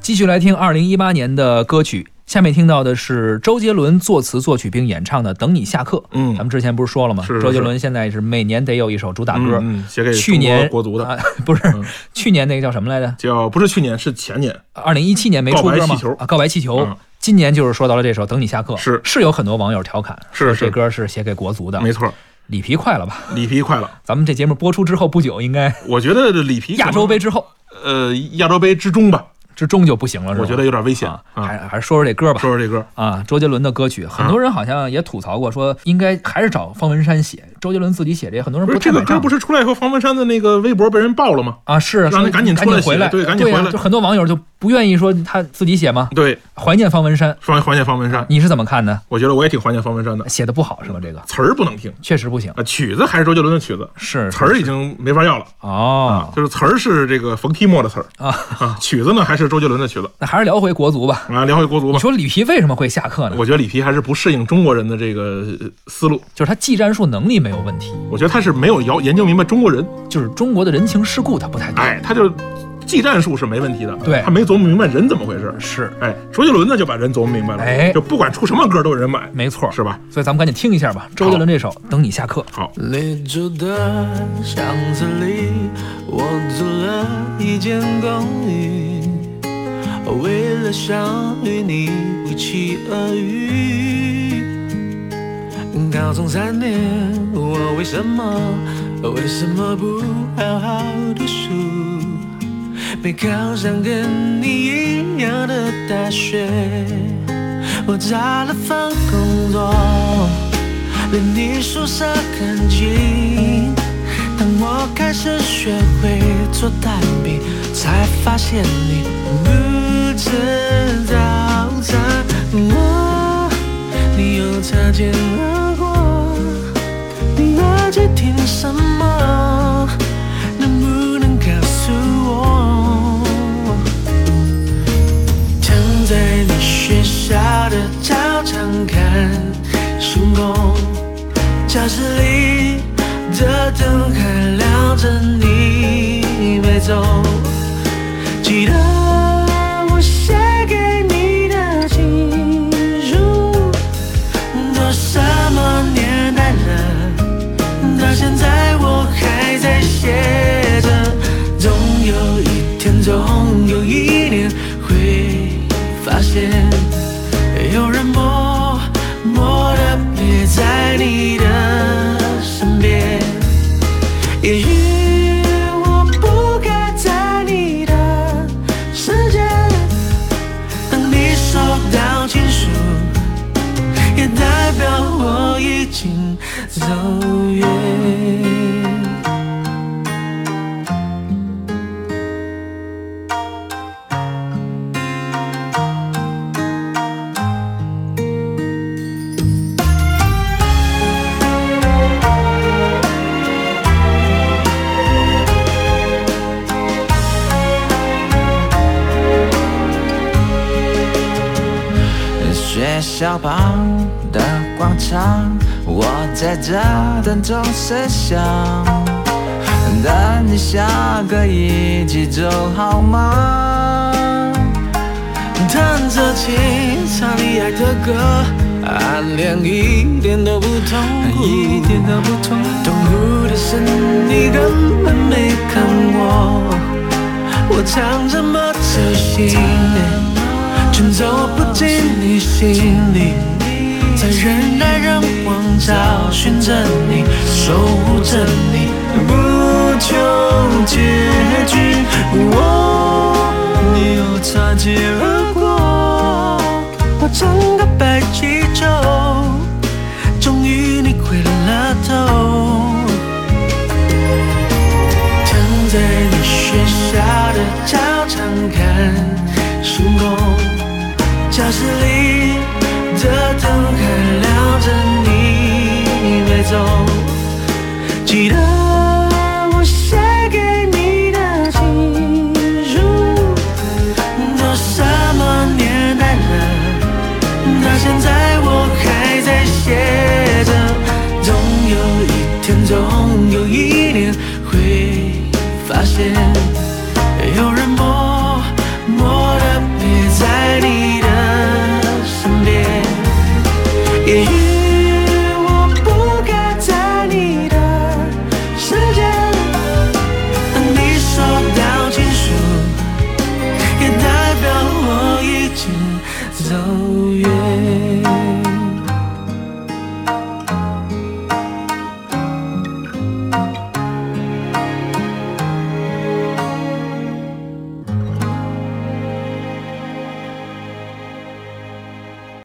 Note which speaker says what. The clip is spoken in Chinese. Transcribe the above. Speaker 1: 继续来听二零一八年的歌曲，下面听到的是周杰伦作词、作曲并演唱的《等你下课》。
Speaker 2: 嗯
Speaker 1: 咱们之前不是说了吗？
Speaker 2: 是是
Speaker 1: 周杰伦现在是每年得有一首主打歌，
Speaker 2: 嗯嗯写给
Speaker 1: 去
Speaker 2: 中
Speaker 1: 年
Speaker 2: 国国足的，
Speaker 1: 啊， 不是、
Speaker 2: 嗯
Speaker 1: 去年那个叫什么来着？
Speaker 2: 叫不是去年是前年，
Speaker 1: 二零一七年没出歌
Speaker 2: 告
Speaker 1: 吗
Speaker 2: 白气球？
Speaker 1: 啊，告白气球。
Speaker 2: 嗯
Speaker 1: 今年就是说到了这首《等你下课》，
Speaker 2: 是
Speaker 1: 是有很多网友调侃，
Speaker 2: 是
Speaker 1: 说
Speaker 2: 是
Speaker 1: 这歌是写给国足的，
Speaker 2: 没错，
Speaker 1: 里皮快了吧？
Speaker 2: 里皮快了。
Speaker 1: 咱们这节目播出之后不久，应该
Speaker 2: 我觉得这里皮可能
Speaker 1: 亚洲杯，之后
Speaker 2: 呃，亚洲杯之中吧，
Speaker 1: 之中就不行了，是吧？
Speaker 2: 我觉得有点危险
Speaker 1: 啊，
Speaker 2: 啊。
Speaker 1: 还还是说说这歌吧。
Speaker 2: 说说这歌，
Speaker 1: 啊，周杰伦的歌曲，很多人好像也吐槽过，说应该还是找方文山写，周杰伦自己写这，很多人
Speaker 2: 不是
Speaker 1: 太
Speaker 2: 这个
Speaker 1: 买
Speaker 2: 歌
Speaker 1: 账。
Speaker 2: 不是出来以后，方文山的那个微博被人爆了吗？
Speaker 1: 啊，是
Speaker 2: 让他
Speaker 1: 说
Speaker 2: 赶紧出来写
Speaker 1: 回来，
Speaker 2: 对赶紧
Speaker 1: 呀
Speaker 2: 回来
Speaker 1: 就很多网友就不愿意说他自己写嘛，
Speaker 2: 对，
Speaker 1: 怀念方文山，
Speaker 2: 说怀念方文山，
Speaker 1: 你是怎么看呢？
Speaker 2: 我觉得我也挺怀念方文山的，
Speaker 1: 写的不好是吧？这个
Speaker 2: 词儿不能听
Speaker 1: 确实不行，
Speaker 2: 啊，曲子还是周杰伦的曲子，
Speaker 1: 是
Speaker 2: 词儿已啊经没法要了。
Speaker 1: 哦。
Speaker 2: 就是词儿是这个冯提莫的词儿啊，曲子呢还是周杰伦的曲子
Speaker 1: 那还是聊回国足吧。
Speaker 2: 啊。聊回国足
Speaker 1: 你
Speaker 2: 吧，
Speaker 1: 说里皮为什么会下课呢？
Speaker 2: 我觉得里皮还是不适应中国人的这个呃思路，
Speaker 1: 就是他技战术能力没有问题，
Speaker 2: 我觉得他是没有研研究明白中国人，
Speaker 1: 就是中国的人情世故他不太懂。
Speaker 2: 哎，他就技战术是没问题的，
Speaker 1: 对
Speaker 2: 他没琢磨明白人怎么回事儿。
Speaker 1: 是，
Speaker 2: 哎，周杰伦呢就把人琢磨明白了，
Speaker 1: 哎
Speaker 2: 就不管出什么歌都有人买，
Speaker 1: 没错。
Speaker 2: 是吧？
Speaker 1: 所以咱们赶紧听一下吧，周杰伦这首《等你下课》。
Speaker 2: 好，
Speaker 3: 你住的巷子里，我租了一间公寓，为了想与你不期而遇。高中三年，我为什么为什么不好好读书？没考上跟你一样的大学，我找了份工作。对你说说感情。当我开始学会做蛋饼，才发现你不知道怎么你又擦肩而过。你耳机听什么？能不能告诉我？躺在你学校的操场看星空，教室里的灯还亮着你没走。记得我写给你的情书，都什么年代了？到现在我还在写着，总有一天，总有一年会发现，有人默默的陪在你的身边。也许我不该在你的世界，当你收到情书。也代表我已经走远。学校旁的广场，我在这等钟声响，等你下课一起走好吗？弹着琴，唱你爱的歌，暗恋一点都不痛苦，一点都不痛苦。痛苦的是你根本没看我，我唱这么走心，却走不进你心里，在人来人往找寻着你，守护着你，不求结局。我，你又擦肩而过，我整个白气球，终于你回了头。躺在你学校的操场看星空，教室里的灯还亮着你没走。记得我写给你的情书，都什么年代了？到现在我还在写着，总有一天，总有一年会发现，有人默默的在你的身边。也许我不该在你的世界。你说到结束，也代表我已经走远。